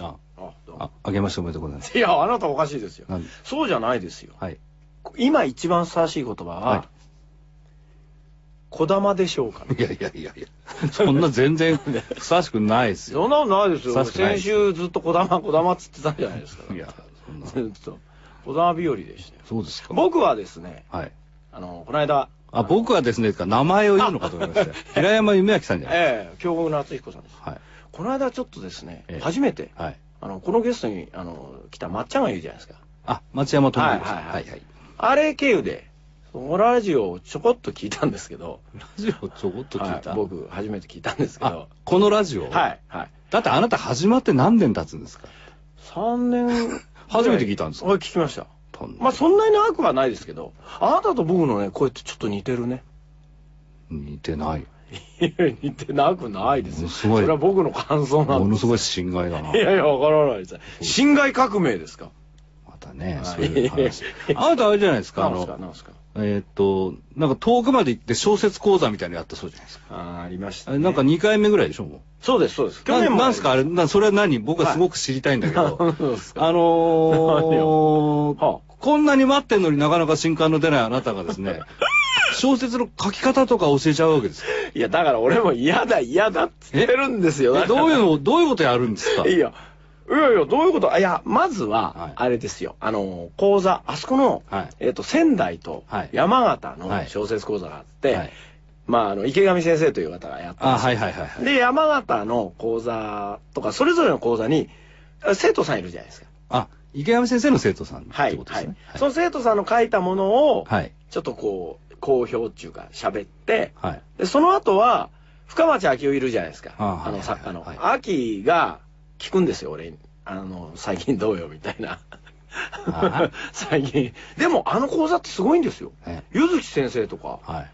ああどうあもあげましておめでとうございますいやあなたおかしいですよなんそうじゃないですよはい今一番ふさわしい言葉は、はいこだまでしょうか ねいやいやいやいやそんな全然ふさわしくないですよそんなことないですよふさわしくない先週ずっとこだま こだまっつってたじゃないですかいやそんなずっとこだま日和でしたよそうですか僕はですねはいあのこの間あ僕はですねか名前を言うのかと思いま したよ平山夢明さんじゃないですええ京極夏彦さんですかはいこの間ちょっとですね、ええ初めてはいあのこのゲストにあの来たまっちゃんがいるじゃないですかあ松山智子さんはいはいはいはいあれ経由でそのラジオをちょこっと聞いたんですけどラジオちょこっと聞いはたい僕初めて聞いたんですけあどこのラジオはいはいだってあなた始まって何年経つんですか3年ぐらい初めて聞いたんですかはい聞きましたとんでまあそんなに長くはないですけどあなたと僕のね声ってちょっと似てるね似て ないいや似てなくないですもよのすごいそれは僕の感想なんものですすごい心外だないやいやわからないです侵害革命ですかまたねはいそういう話あなたあれじゃない ですかあ何ですかの何ですかえーっとなんか遠くまで行って小説講座みたいなのやったそうじゃないですかあーありましあた、れね、なんか2回目ぐらいでしょもうそうですそうです去年なもなんすかあれなそれは何僕はすごく知りたいんだけど、何ですかあ何のよーはこんなに待ってんのになかなか新刊の出ないあなたがですね 小説の書き方とか教えちゃうわけですよいやだから俺も嫌だ嫌だって言ってるんですよえどういううのどういうことやるんですかいやいやいやどういうことあいやまずはいはあれですよ、あの講座あそこの、はいえっと仙台とはい山形はいの小説講座があって、はいまああの池上先生という方がやったあんですよはいはいはいはいで山形の講座とかそれぞれの講座にあ生徒さんいるじゃないですかあ池上先生の生徒さんっはい、てことではすいねその生徒さんの書いたものを、はいちょっとこう好評っていうか喋ってはいはいでその後は深町昭夫いるじゃないですかあはいあの作家のはい昭が聞くんですよ俺にあの最近どうよみたいなあ 最近でもあの講座ってすごいんですよえ柚木先生とかはい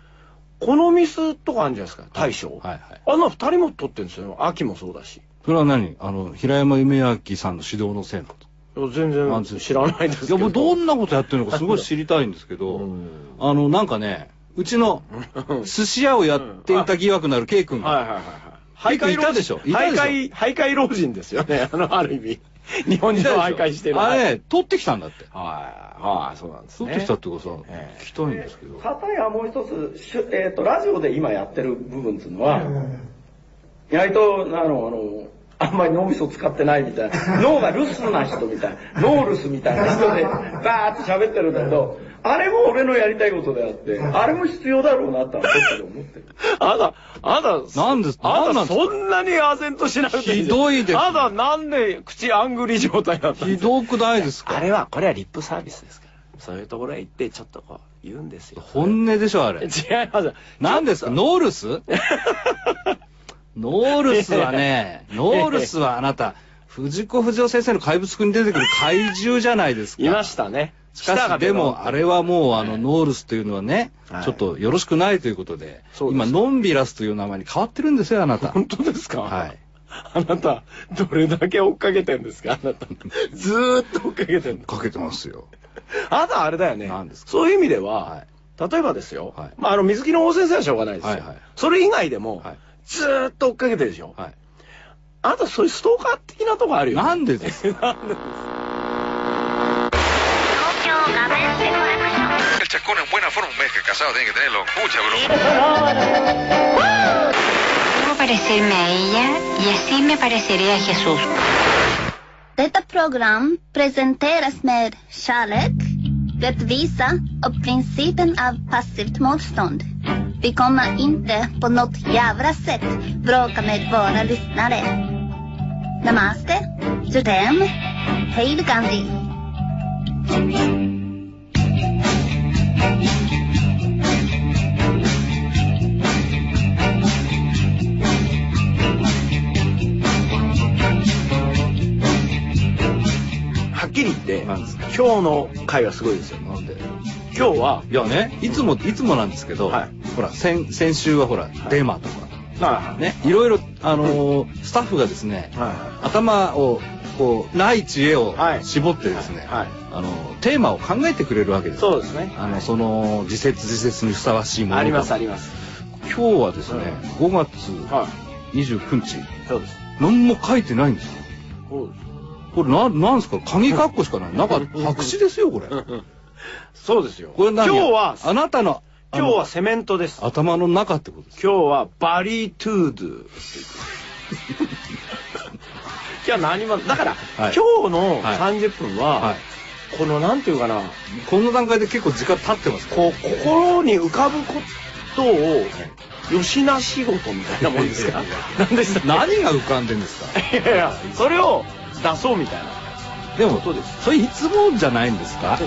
このミスとかあるんじゃないですか大将、はいはいあんな二人も取ってるんですよ秋もそうだしそれは何あの平山夢明さんの指導のせいなこといや全然知らないですけいやどもうどんなことやってるのかすごい知りたいんですけど、うんあのなんかねうちの 寿司屋をやっていた疑惑のある K 君はいはが、いはいはい。結構いたでしょいた徘でしょ徊、徘徊老人ですよね。あの、ある意味。日本人を徘徊してる。あはい、れ取ってきたんだってはい、そうなんです取ね。ってきたってことさ、ええ聞きたいんですけど、例えばもう一つ、しゅえっ、と、ラジオで今やってる部分っていうのは、意外と、あの、あの、あんまり脳みそ使ってないみた いな、脳が留守な人みたいな、ノールスみたいな人で、バーって喋ってるんだけど、あれも俺のやりたいことであって、あれも必要だろうなって、あの時思ってる。あなた、あなた、なんですあなんななんたですそんなに唖然としなくていいひどいですねあなたなんで口あんぐり状態だったんひですかどくないですあかれは、これはリップサービスですから。そういうところへ行って、ちょっとこう、言うんですよ。本音でしょあ違いれます。何ですかノールスノールス はねノールスはあなた藤子不二雄先生の怪物くんに出てくる怪獣じゃないですかいましたね。しかしでもあれはもうあのノールスというのはね、はいちょっとよろしくないということでそうで今すノンビラスという名前に変わってるんですよあなた本当ですかはい。あなた、どれだけ追っかけてんですかあなた。ずーっと追っ かけてんの。かけてますよあなたあれだよね何です。かそういう意味ではは、例えばですよはい。まあ、あの、水木の大先生はしょうがないですはいよはい。それ以外でもはい、ずーっと追っかけてるでしょい、はあなたそういうストーカー的なとこあるい、よね。なんでです か東京ガベンセコレクション El chacón en buena forma, un mes que casado tiene que tenerlo. Pucha, bro. Debo parecerme a ella y así me pareceré a Jesús. Detta program presenteras med kärlek, rättvisa och principen av passivt motstånd. Vi kommer inte på något jävla sätt bråka med våra lyssnare. Namaste, Jodem, Hail Gandhi. うんはっきり言って、なんです今日の回はすごいですよ。なんで今日は、いやねいつもいつもなんですけど、はいほら先先週はほら、デマとかなねいろいろあのースタッフがですね、は頭をこうない知恵をはい絞ってですね、はいはいあのーテーマを考えてくれるわけですそうですね。あのその自節自節にふさわしいものありますありります。今日はですね、5月は29日い。そうです。何も書いてないんですよそうです。これな、なんですか鍵括弧しかない。なんか白紙ですよ、これ。そうですよ。これ今何日やは、あなたの、あ今の日はセメントです。頭の中ってことです。今日はバリートゥード ゥ。いや、何も、だから、はい今日のはい30分は、はい。この、なんていうかな、この段階で結構時間経ってますからこう、心に浮かぶことを、よしな仕事みたいなもんで すから。何で したっけ何が浮かんでんですかいやいや、それを出そうみたいな。でもそうです、それいつもじゃないんですか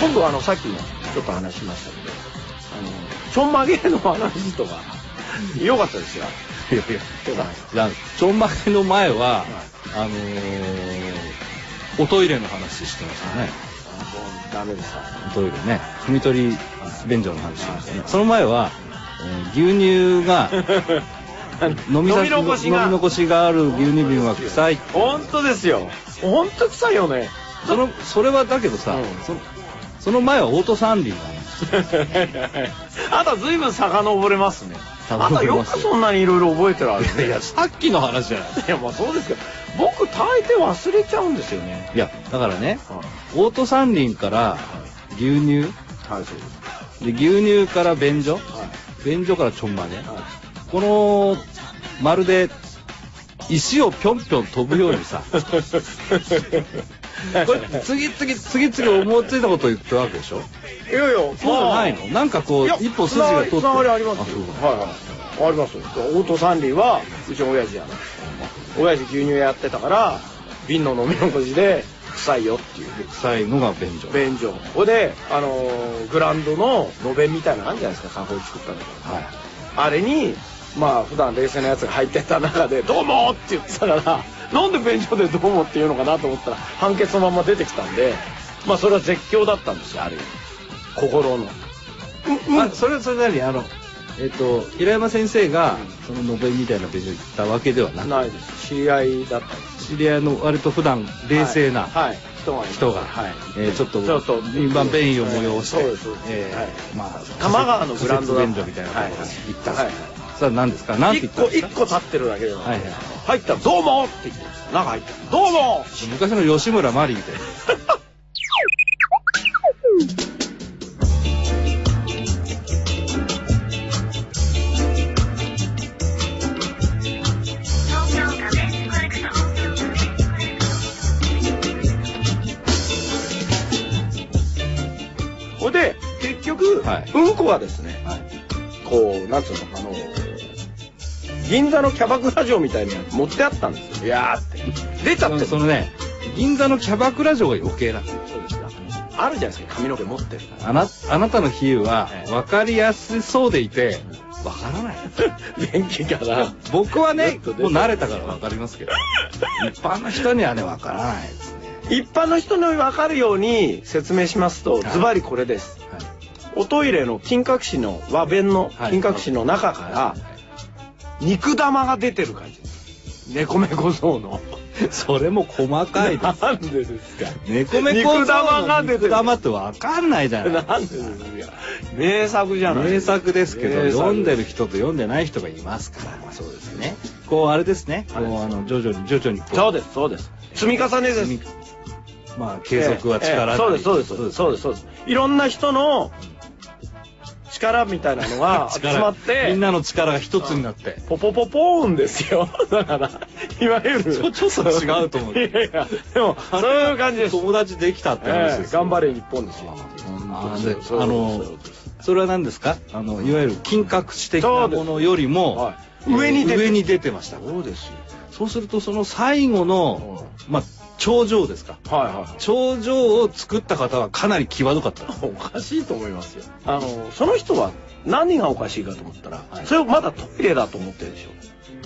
今度はあのさっきもちょっと話しましたけどあのちょんまげの話とか良かったですよいやいや良かっじゃあちょんまげの前は、あのーおトイレの話してましたね。たもうダメですかおトイレね。踏み取り便所の話してましたね。その前は、えー牛乳が、 飲み飲さみ残し飲がみ残しがある牛乳瓶は臭い。本当ですよ本当臭いよねその、それはだけどさ、うんそその前はオート三輪の話。 あとは随分遡れますねあ遡とれよまくすよそんなにいろいろ覚えてるわけい や、さっきの話じゃない。いやまあそうですけど僕大抵忘れちゃうんですよねいや、だからね、はオート三輪から牛乳、いそうですで牛乳から便所、は便所からちょんまげ。いこの、まるで、石をぴょんぴょん飛ぶようにさ、これ、 次々、次々思いついたことを言ったわけでしょいやいやそうじゃないのなんかこう、いや一歩筋が通ってつながりありますそようはいはいありますよオート三輪はうちの親父やな親父牛乳やってたから瓶の飲み残しで臭いよっていう臭いのが便所。便所ほいであのーグラウンドの野弁みたいなのあるじゃないですか作法作ったんだかはい。らあれにまあ普段冷静なやつが入ってった中で「どうも!」って言ってたからなんで便所で「どうも!」って言うのかなと思ったら判決のまま出てきたんでまあそれは絶叫だったんですよある意味心の。あそれはそれなりにあのえっ、と平山先生がその延べみたいな便所に行ったわけではなくないです知り合いだったんです知り合いの割と普段冷静なはい、はい人がいます人が、はいえーちょっとちょっと民番便意を催して、そうですそうですえーはいまあ多摩川のグラウンドだ仮設便所みたいなところに行ったんですはいはいさあ何ですか何て言っ一たん個です一か個立ってるだけでは、はいはい入ったら「どうも!」って言ってました中入ったらどうも!」昔の吉村麻里みたいな東京ガベッセコレクションほいで結局、はいうんこがですねはいこうなんつうのあの銀座のキャバクラ嬢みたいに持ってあったんですよいやーって出ちゃってそのそのね銀座のキャバクラ嬢が余計なんですそうですかあるじゃないですか髪の毛 持ってるかあなあなたの比喩ははい分かりやすそうでいて分からないら元気かな僕はずねっと出てもう慣れたから分かりますけど一般の人にはね分からないですね、一般の人に分かるように説明しますと、はいズバリこれです。はおトイレの金閣市の和弁のはい金閣市の中から肉玉が出てる感じです猫猫像のそれも細かいです。なんでですか猫猫肉玉が出てる肉玉ってわかんないじゃない。なんでですか名作じゃない名作ですけど、名作読んでる人と読んでない人がいますから。そうですね。こう、あれですね。こあれですう、あの、徐々に徐々にこう。そうですそうです積み重ねですまあ、継続はええ力。ええそうですそうですそうですそうですすそうですいろんな人の力みたいなのが 集力まってみんなの力が一つになって。ポポポポーンですよ だからいわゆるちょちょっと違うと思う いやいやでもそういう感じです、友達できたって話えでえす。頑張れ日本ですよあそうでそうあのそうですそれは何ですかあのいわゆる金閣地的なものよりも、そうですはいえー上に出て上に出てましたそうですよそうするとその最後の、まあ頂上ですかはいはい頂上を作った方はかなり際どかったおかしいと思いますよあのその人は何がおかしいかと思ったら、それをまだトイレだと思ってるでし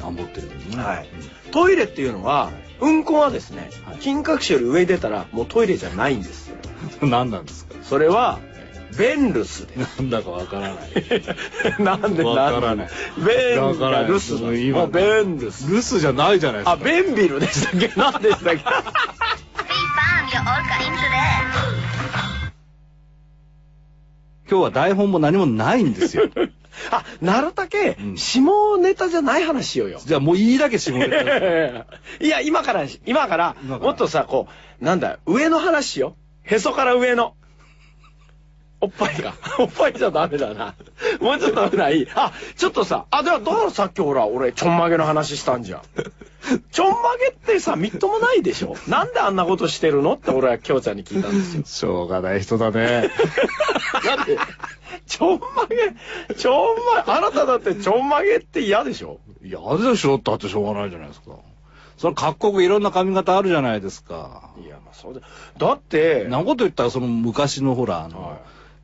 ょあ持ってるんですねはい、トイレっていうのは、うんこはですね、はい金閣市より上に出たらもうトイレじゃないんですようん 何なんですかそれはベンルス でなんだかわからないなんでわなからんなでいベわンからがないルスものう今あベンルス留守じゃないじゃないですかあベンビルでし たっけ何でしたっけ Fy fan, jag orkar inte det. 今日は台本も何もないんですよあなるたけ、うん下ネタじゃない話しようよ じゃあもういいだけ絞れた いや今から今から今からもっとさこうなんだ上の話しようへそから上のおっぱいが おっぱいじゃダメだなもうちょっと危ないあちょっとさあではだからさっきほら俺ちょんまげの話したんじゃんちょんまげってさみっともないでしょなんであんなことしてるのって俺は京ちゃんに聞いたんですよ しょうがない人だねだってちょんまげちょんまげあなただってちょんまげって嫌でしょ いやでしょったってしょうがないじゃないですかそれ各国いろんな髪型あるじゃないですかいやまあそうだだってなこと言ったらその昔のほらあの、はい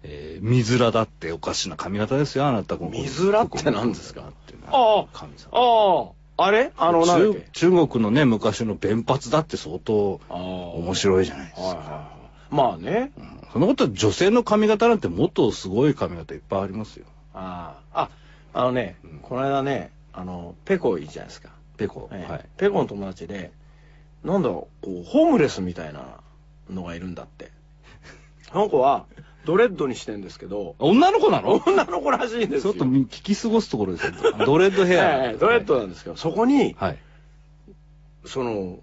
えー、水らだっておかしな髪型ですよあなたここ水らって何ですかここにああ神、様ああ、あれあの、なんだっ中け中国のね昔の弁髪だって相当ああ面い。白いじゃないですか、はいはいはい。まあね。うんそんなこと女性の髪型なんてもっとすごい髪型いっぱいありますよああ、ああのね、うんこの間ね、あの、ペコいいじゃないですか。ペコ、ええはいペコの友達で、なんだ、こう、ホームレスみたいなのがいるんだ って。その子は、ドレッドにしてんですけど、女の子なの 女の子らしいんですちょよ。っと聞き過ごすところ ですよドレッドヘア、ええドレッドなんですけど、そこに、はいその、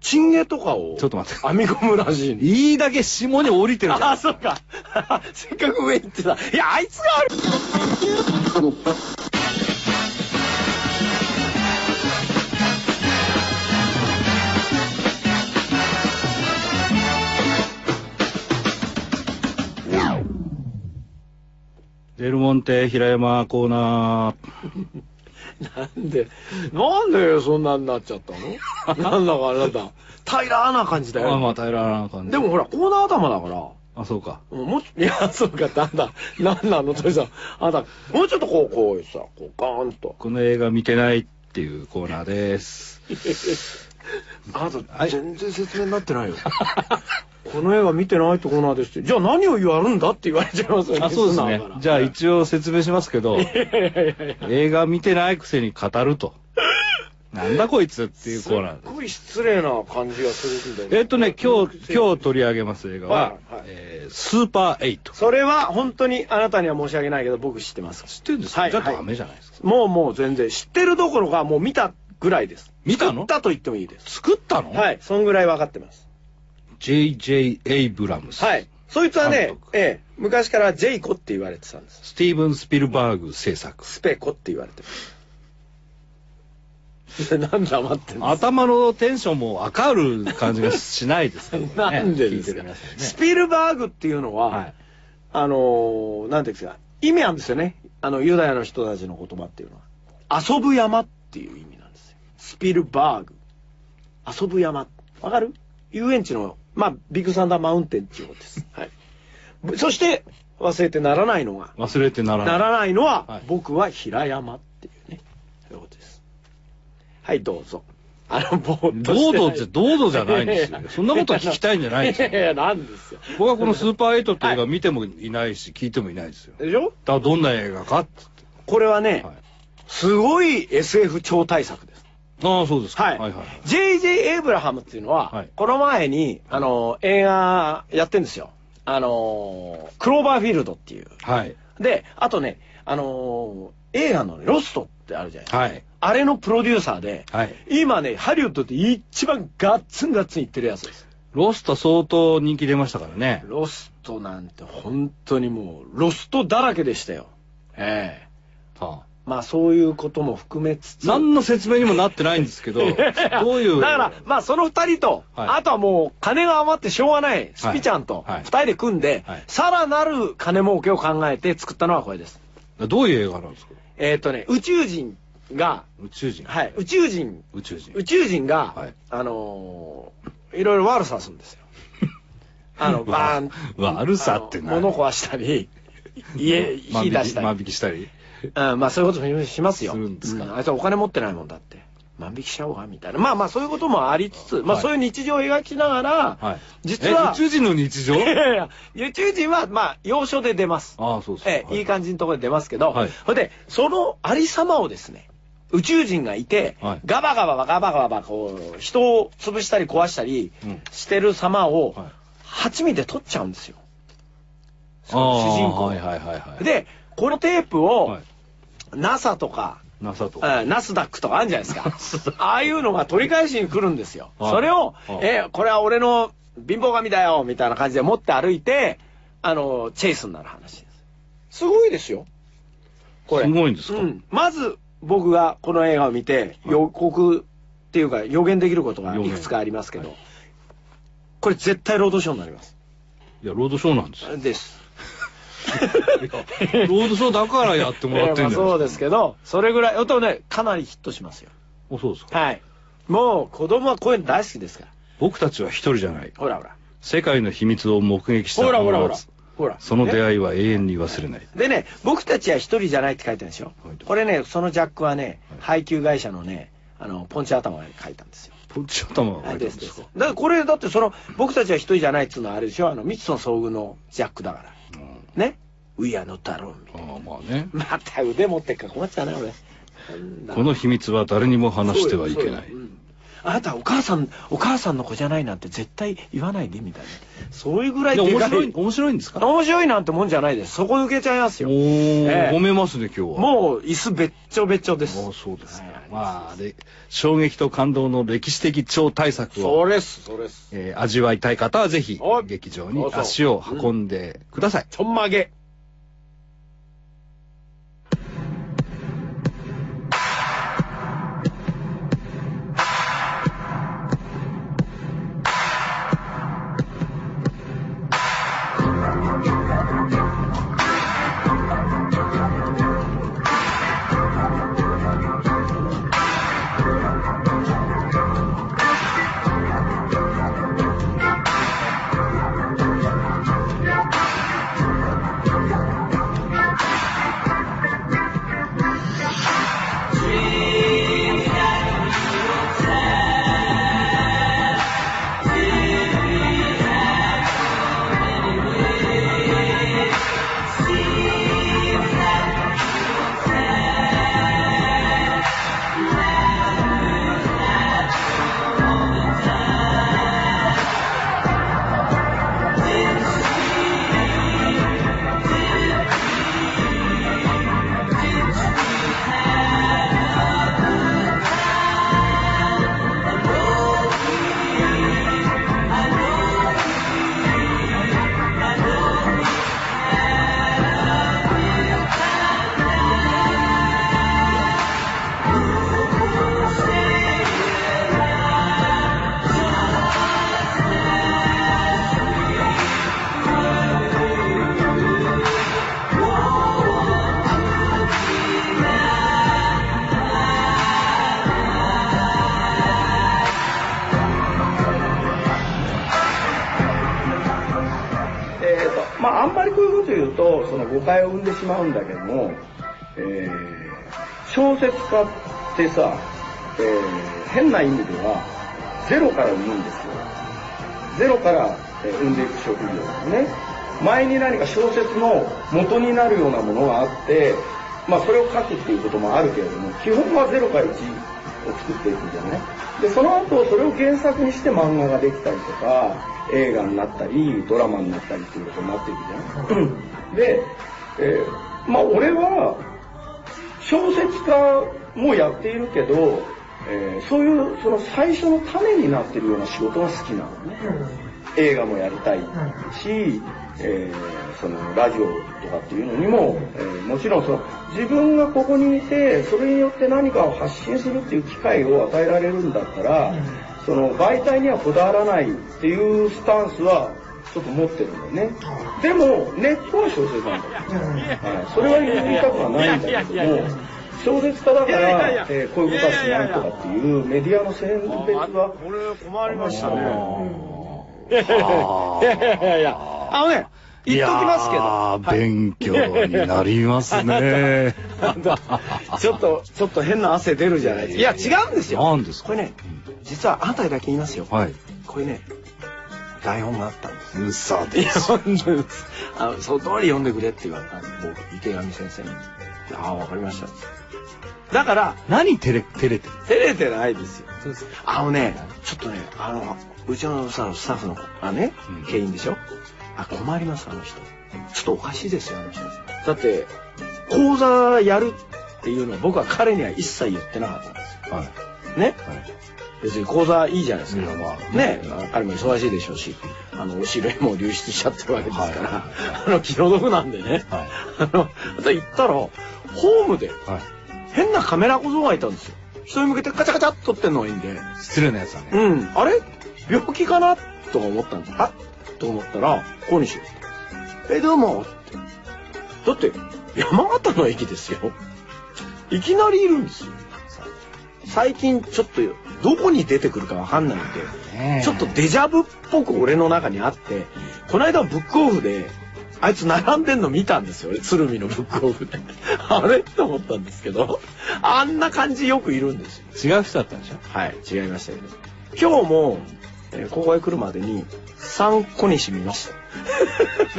チンゲとかを、ちょっと待って編み込むらしいんですいいだけ下に降りてるじゃんああ、そうか。 せっかく上行ってた。いや、あいつがあるデルモンテ平山コーナー。なんで、なんでそんなになっちゃったの なんだかあなた。平らな感じだあまよ。あ平らな感じ。でも、ほら、コーナー頭だから。あ、そうか。うんもうちょいや、そうか、だんだ、なんなの、鳥さん。あなた、もうちょっとこう、こうさ、こう、ガーンと。この映画見てないっていうコーナーです。あなはた、い全然説明になってないよ。 この映画見てないとコーナーですって。じゃあ何をやるんだって言われちゃいますよね。あ、そうです素直ねだか。らじゃあ一応説明しますけど、映画見てないくせに語る と。なんだこいつっていうコーナすっーごい失礼な感じがするんだよで。えっとね、今日、今日取り上げます映画は、はいはいえースーパーエイト。それは本当にあなたには申し訳ないけど僕知ってます知ってるんですか、はいじゃあはいダメじゃないですか。もうもう全然知ってるどころかもう見たぐらいです見たの見たと言ってもいいです作ったのはいそんぐらい分かってます ?J.J. エイブラムス。はいそいつはね監督、ええ、昔からジェイコって言われてたんですスティーブン・スピルバーグ制作。スペコって言われて ますなんで黙ってんですか。頭のテンションも上がる感じがしないですね なんでです聞いてるか、皆さんねスピルバーグっていうのは、はいあのー、なんていうんですか意味あるんですよねあのユダヤの人たちの言葉っていうのは遊ぶ山っていう意味なんですよスピルバーグ遊ぶ山わかる遊園地のまあビッグサンダーマウンテンっていうことです、はい、そして忘れてならないのが忘れてならない。ならないのは、はい僕は平山っていうねそういうことですはいどうぞあの、ぼーっと堂々じゃて堂々じゃないんですよ そんなことは聞きたいんじゃないんですよいやいや、なんですよ。僕はこのスーパーエイトって映画見てもいないし、聞いてもいないですよ。だかでしょらどんな映画かっつって。これはね、はいすごい SF 超大作です。ああ、そうですか。はい。はいはい。 J.J. エイブラハムっていうのは、はいこの前に、あの、映画やってんですよ。あの、クローバーフィールドっていう。はい。で、あとね、あの、映画のねロストってあるじゃないですか。はい。あれのプロデューサーで、はい今ね、ハリウッドで一番ガッツンガッツンいってるやつです。ロスト相当人気出ましたからね。ロストなんて本当にもう、ロストだらけでしたよ。ええはあまあそういうことも含めつつ。何の説明にもなってないんですけ ど、どういう。だから、まあその二人と、はいあとはもう金が余ってしょうがない、スピちゃんとはいはい二人で組んで、はいさらなる金儲けを考えて作ったのはこれです。どういう映画なんですかえっ、とね、宇宙人が、宇宙人。はい、宇宙人、宇宙人。宇宙人が、はいあのーいろいろ悪さするんです よ。あの、バーン。わ悪さってあ何の物壊したり、家、万火引出しきたり。万引きしたり。うん、まあそういうこともしますよ。するんですかうあいつはお金持ってないもんだって。万引きしちゃおうかみたいな。まあまあそういうこともありつつ、まあはいそういう日常を描きながら、はい。実はえ宇、宙人の日 常いやいや宇宙人はまあ要所で出ます。ああ、そうですか。ええ、いい感じのところで出ますけど、はいそれで、そのありさまをですね、宇宙人がいて、はいガバガバガバガバこう、人を潰したり壊したりうんしてる様を、はいハチミで撮っちゃうんですよ。そあのあ主人公。はいはいはいはい。、で、このテープを、はい。 NASA とか、なさと。。えーナスダックとかあるんじゃないですか ああいうのが取り返しに来るんですよ。はいそれをはい、えーこれは俺の貧乏神だよ、みたいな感じで持って歩いて、あの、チェイスになる話です。すごいですよ。これ。すごいんですかうん。まず、僕がこの映画を見て、予告っていうか予言できることがいくつかありますけ予ど言、これ絶対ロードショーになります。いや、ロードショーなんですよ。です。 いやロードショーだからやってもらってんえじーゃまないあそうですけど、それぐらい、あとね、かなりヒットしますよ。おそうですか。はい。もう子供はこういうの大好きですから。僕たちは一人じゃない。ほらほら。世界の秘密を目撃したほらほらこほらの夏。ほら。その出ね会いは永遠に忘れない。でね、僕たちは一人じゃないって書いてあるんですよはい。これね、そのジャックはね、は配給会社のね、あの、ポンチ頭が書いたんですよ。ポンチ頭がは書いい、てあでるんすでですす。かだ。からこれだってその、僕たちは一人じゃないっていうのはあれでしょあの、未知の遭遇のジャックだから。うんね。ウィアの太郎みたいな。ああ、まあね。また腕持ってっから困っちゃうね、俺。この秘密は誰にも話してはいけそうなよいそう。ようんあなたお母さんお母さんの子じゃないなんて絶対言わないでみたいなそういうぐらいでで面か白いい、面白いんですか面白いなんてもんじゃないですそこ抜けちゃいますおよお、ええ褒めますね、今日は。もう椅子べっちょべっちょですああそうですかはい。まあ、で、衝撃と感動の歴史的超大作そを、れっすそれっすえー味わいたい方はぜひお、い劇場にそうそう足を運んでください。ちょんまげえーとまあ、あんまりこういうこと言うとその誤解を生んでしまうんだけども、えー小説家ってさ、えー変な意味ではゼロから産むんですよゼロから、えー産んでいく職業ですね前に何か小説の元になるようなものがあってまあそれを書くっていうこともあるけれども基本はゼロから1を作っていくんじゃないでその後それを原作にして漫画ができたりとか映画になったりドラマになったりっていうことになっていくじゃないで、えーまあ俺は小説家もやっているけど、えーそういうその最初の種になってるような仕事が好きなのね映画もやりたいし、えーそのラジオとかっていうのにも、えーもちろんその自分がここにいてそれによって何かを発信するっていう機会を与えられるんだったら、その媒体にはこだわらないっていうスタンスはちょっと持ってるんだよね。でも根っこは小説なんだよ。はい、それは言いたくはないんだけども、小説家だかいやいやいらや、えーこういうことはしないとかっていうメディアの選別は、これ困りましたあね。いやいーやいやいや、あのね、言っときますいけど。やー勉強になりますね ちょっと、ちょっと変な汗出るじゃないですか。いや、違うんですよ。何ですかこれね、実はあなただけ言いますよ。はいこれね、台本があったんです。嘘いでや、す本当です。あの、その通り読んでくれって言われたんで、僕、池上先生に。ああ、わかりました。だから、何照れ照れてる照れてないですよ。あのね、ちょっとね、あの、うちのさ、スタッフの子がねうん、経員でしょ、あ、困ります、あの人。ちょっとおかしいですよ、あの人。だって、講座やるっていうのは僕は彼には一切言ってなかったんですはいよ。ねはい別に講座いいじゃないですか。いやまあねあ彼も忙しいでしょうし、あの、お知り合いも流出しちゃってるわけですから、あの、気の毒なんでね。はいあの、で行ったら、ホームではい変なカメラ小僧がいたんですよ。人に向けてカチャカチャっと撮ってんのがいいんで。失礼なやつだねうん、あれ病気かなとか思ったんですあっと思ったら、小西。え、どうも。ってだって、山形の駅ですよ。いきなりいるんですよ。さ最近ちょっと、どこに出てくるかわかんないんねで、ちょっとデジャブっぽく俺の中にあって、この間ブックオフで、あいつ並んでんの見たんですよ。俺鶴見のブックオフで。 あれと思ったんですけど、あんな感じよくいるんですよ。違う人だったんでしょはい、違いましたけど。今日も、えーここへ来るまでに、3個にしみました。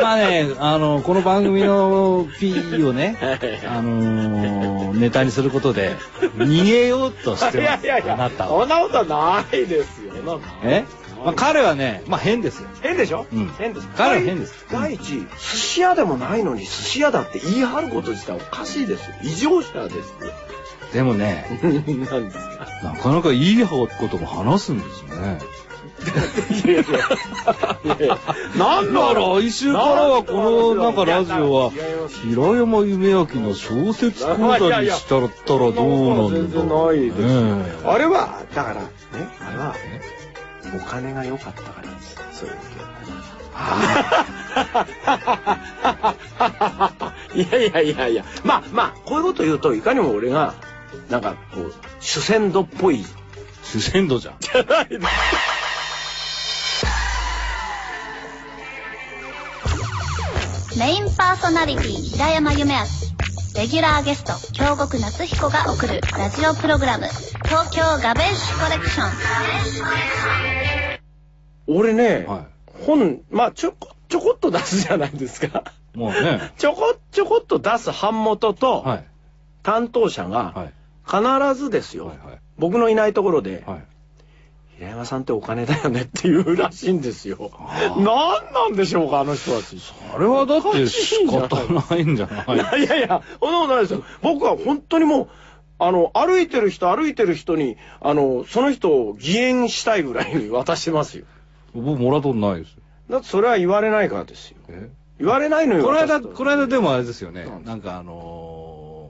まあね、あの、この番組の P をね はい、あのーネタにすることで、逃げようとしていまやす。いやいや、あなたそは。んなことはないですよ。なんかえまあ、彼はね、まあ変ですよ。変でしょ、うん変です。彼は変です第一、寿司屋でもないのに寿司屋だって言い張ること自体おかしいですよ。異常者です よ。でもね、何ですかなかなかいいことも話すんですね。いやいやいや。なんだろう来週からはこの、なんかラジオは違います、平山夢明の小説講座にしたらったらどうなんだろう。いやいやそんなことは全然ないですねえあれは、だから、ね、あれは、お金が良かったからです。そういうわけ。いやいやいやいや、まあまあ、こういうこと言うと、いかにも俺が、なんかこう、主戦度っぽい。主戦度じゃん。メインパーソナリティ平山夢明レギュラーゲスト京極夏彦が送るラジオプログラム「東京ガベッシュコレクション」俺ね、は本、まあちょこ、ちょこっと出すじゃないですか。い。もうね。 ちょこちょこっと出す版元と、はい。担当者はが、い。必ずですよ、はいはい僕のいないところで、はい。平山さんってお金だよねっていうらしいんですよ。あ何なんでしょうか、あの人たち。あれはだって仕おか方しいんじゃないんじゃない いやいや、そんなことないですよ。僕は本当にもう、あの、歩いてる人、歩いてる人に、あの、その人を義援したいぐらいに渡してますよ。僕もらったことないですよ。だってそれは言われないからですよ。え言われないのよ。この間、私とこの間でもあれですよねなん。ですなんかあの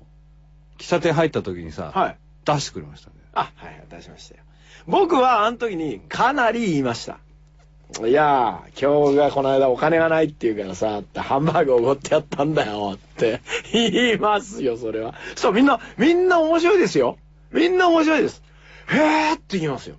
ー、喫茶店入った時にさ、はい。出してくれましたね。あ、はいはい、出しましたよ。僕はあの時にかなり言いました。いやー、今日がこの間お金がないって言うからさ、ってハンバーグおごってやったんだよって 言いますよ、それは。そう、みんな、みんな面白いですよ。みんな面白いです。へーって言いますよ。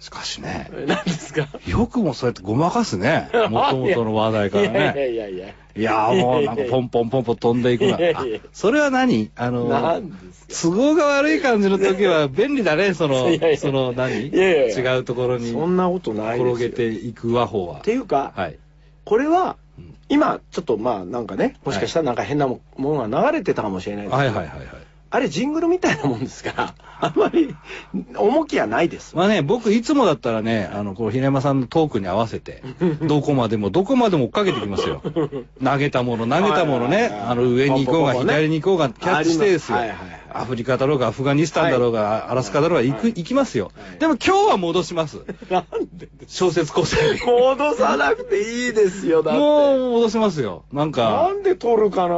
しかしね、え何ですかよくもそうやってごまかす ね。もともとの話題からいやいやね。いやいや。いやーもうなんかポンポンポンポン飛んでいくな。いやいやあそれは何あなのんです、都合が悪い感じの時は便利だね、そのいやいや、その何いやいやいや違うところにそんなことないですよ転げていく和法はっ。ていうか、はい。これはうん、今、ちょっとまあなんかね、もしかしたらなんか変なもものが流れてたかもしれないですはけいどはいはいはい。あれジングルみたいなもんですから、あんまり重きはないです。まあね、僕いつもだったらね、あの、こう、平山さんのトークに合わせ て、どこまでも、どこまでも追っかけてきますよ。投げたもの、投げたものはね、いはいはいあの、上に行こうが、ポンポンポンね左に行こうが、キャッチしてですよありますはいはい。アフリカだろうが、アフガニスタンだろうが、アラスカだろうが、行く、はい行きますよは。いでも今日は戻します。なんで小説構成 に。戻さなくていいですよ、だって。もう戻しますよ。なんなか、んで撮るかな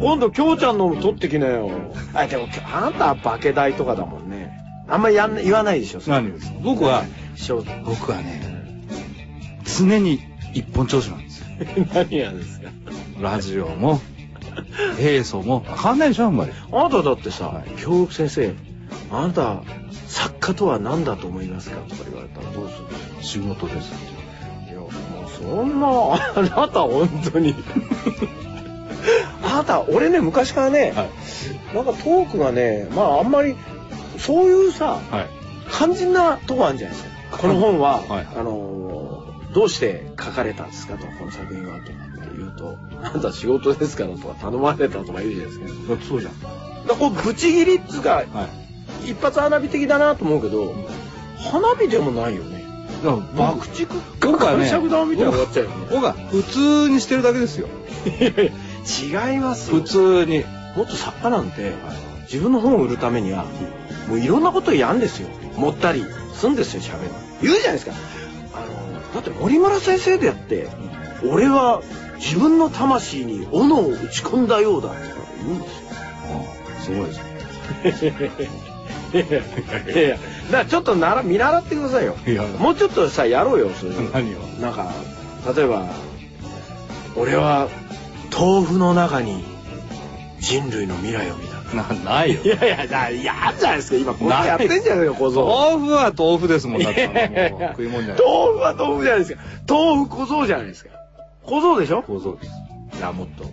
今度、きょうちゃんのも撮ってきなよ。あ、でも、あなたは化け代とかだもんね。あんまりやん言わないでしょ、それ何です僕は、しょ僕はね、常に一本調子なんですよ。 何やですか。ラジオも、 平素も、変わんないでしょ、あんまり。あなただってさはい、教育先生、あなた、作家とは何だと思いますかとか言われたらどうする仕事です。いや、もうそんな、あなた本当に。あなた、俺ね、昔からね、はい。なんかトークがね、まああんまり、そういうさ、はい。肝心なとこあるんじゃないですか。この本は、はいあのー、どうして書かれたんですかとか、この作品はとかって言うと、あなた仕事ですからとか頼まれたとか言うじゃないですか。だそうじゃん。からこう、ぶち切りっつうか、はい。一発花火的だなと思うけど、花火でもないよね。だから爆僕竹僕はね、爆竹弾みたいになのがっちゃうよね。僕は普通にしてるだけですよ。違いますよ普通に。もっと作家なんて自分の本を売るためにはもういろんなことやんですよもったりすんですよ喋る言うじゃないですかあのだって森村先生でやって俺は自分の魂に斧を打ち込んだようだって言うんですよす ごいですねいやいやだからちょっとなら見習ってくださいよいやもうちょっとさやろうよそ れ何をなんか例えば俺は豆腐の中に人類の未来を見たな、ないよい。やいやだいやあるじゃないですか今こんなやってんじゃないよ小僧豆腐は豆腐ですもん、だっいてやあいやのもいうや食い物じゃない。豆腐は豆腐じゃないですか豆腐小僧じゃないですか小僧でしょ構造です。いやもっと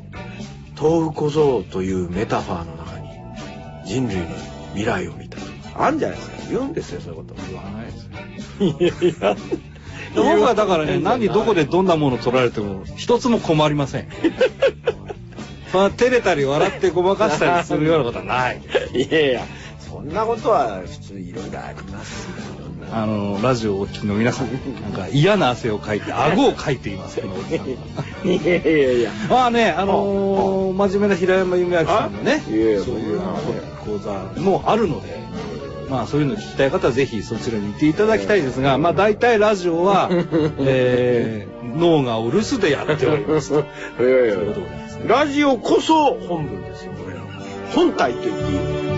豆腐小僧というメタファーの中に人類の未来を見たあんじゃないですか言うんですよそういうこと言わないですよ。いやいや僕はだからね、何、どこでどんなもの取られても、一つも困りません。まあ、照れたり笑ってごまかしたりするようなことはない。いやいや、そんなことは普通いろいろありますよ。あの、ラジオをお聞きの皆さん、なんか嫌な汗をか いて、顎をかいています、このおじさんは。いやいやいや。まあね、あのー真面目な平山夢明さんのね、あそういやいいうやようなそんな講座もあるので、まあそういうの聞きたい方はぜひそちらに行っていただきたいですが、まあ大体ラジオは、 えー、脳がお留守でやっておりますと。いやいそういうことでございますラジオこそ本文ですよ、これらは本体と言っていい。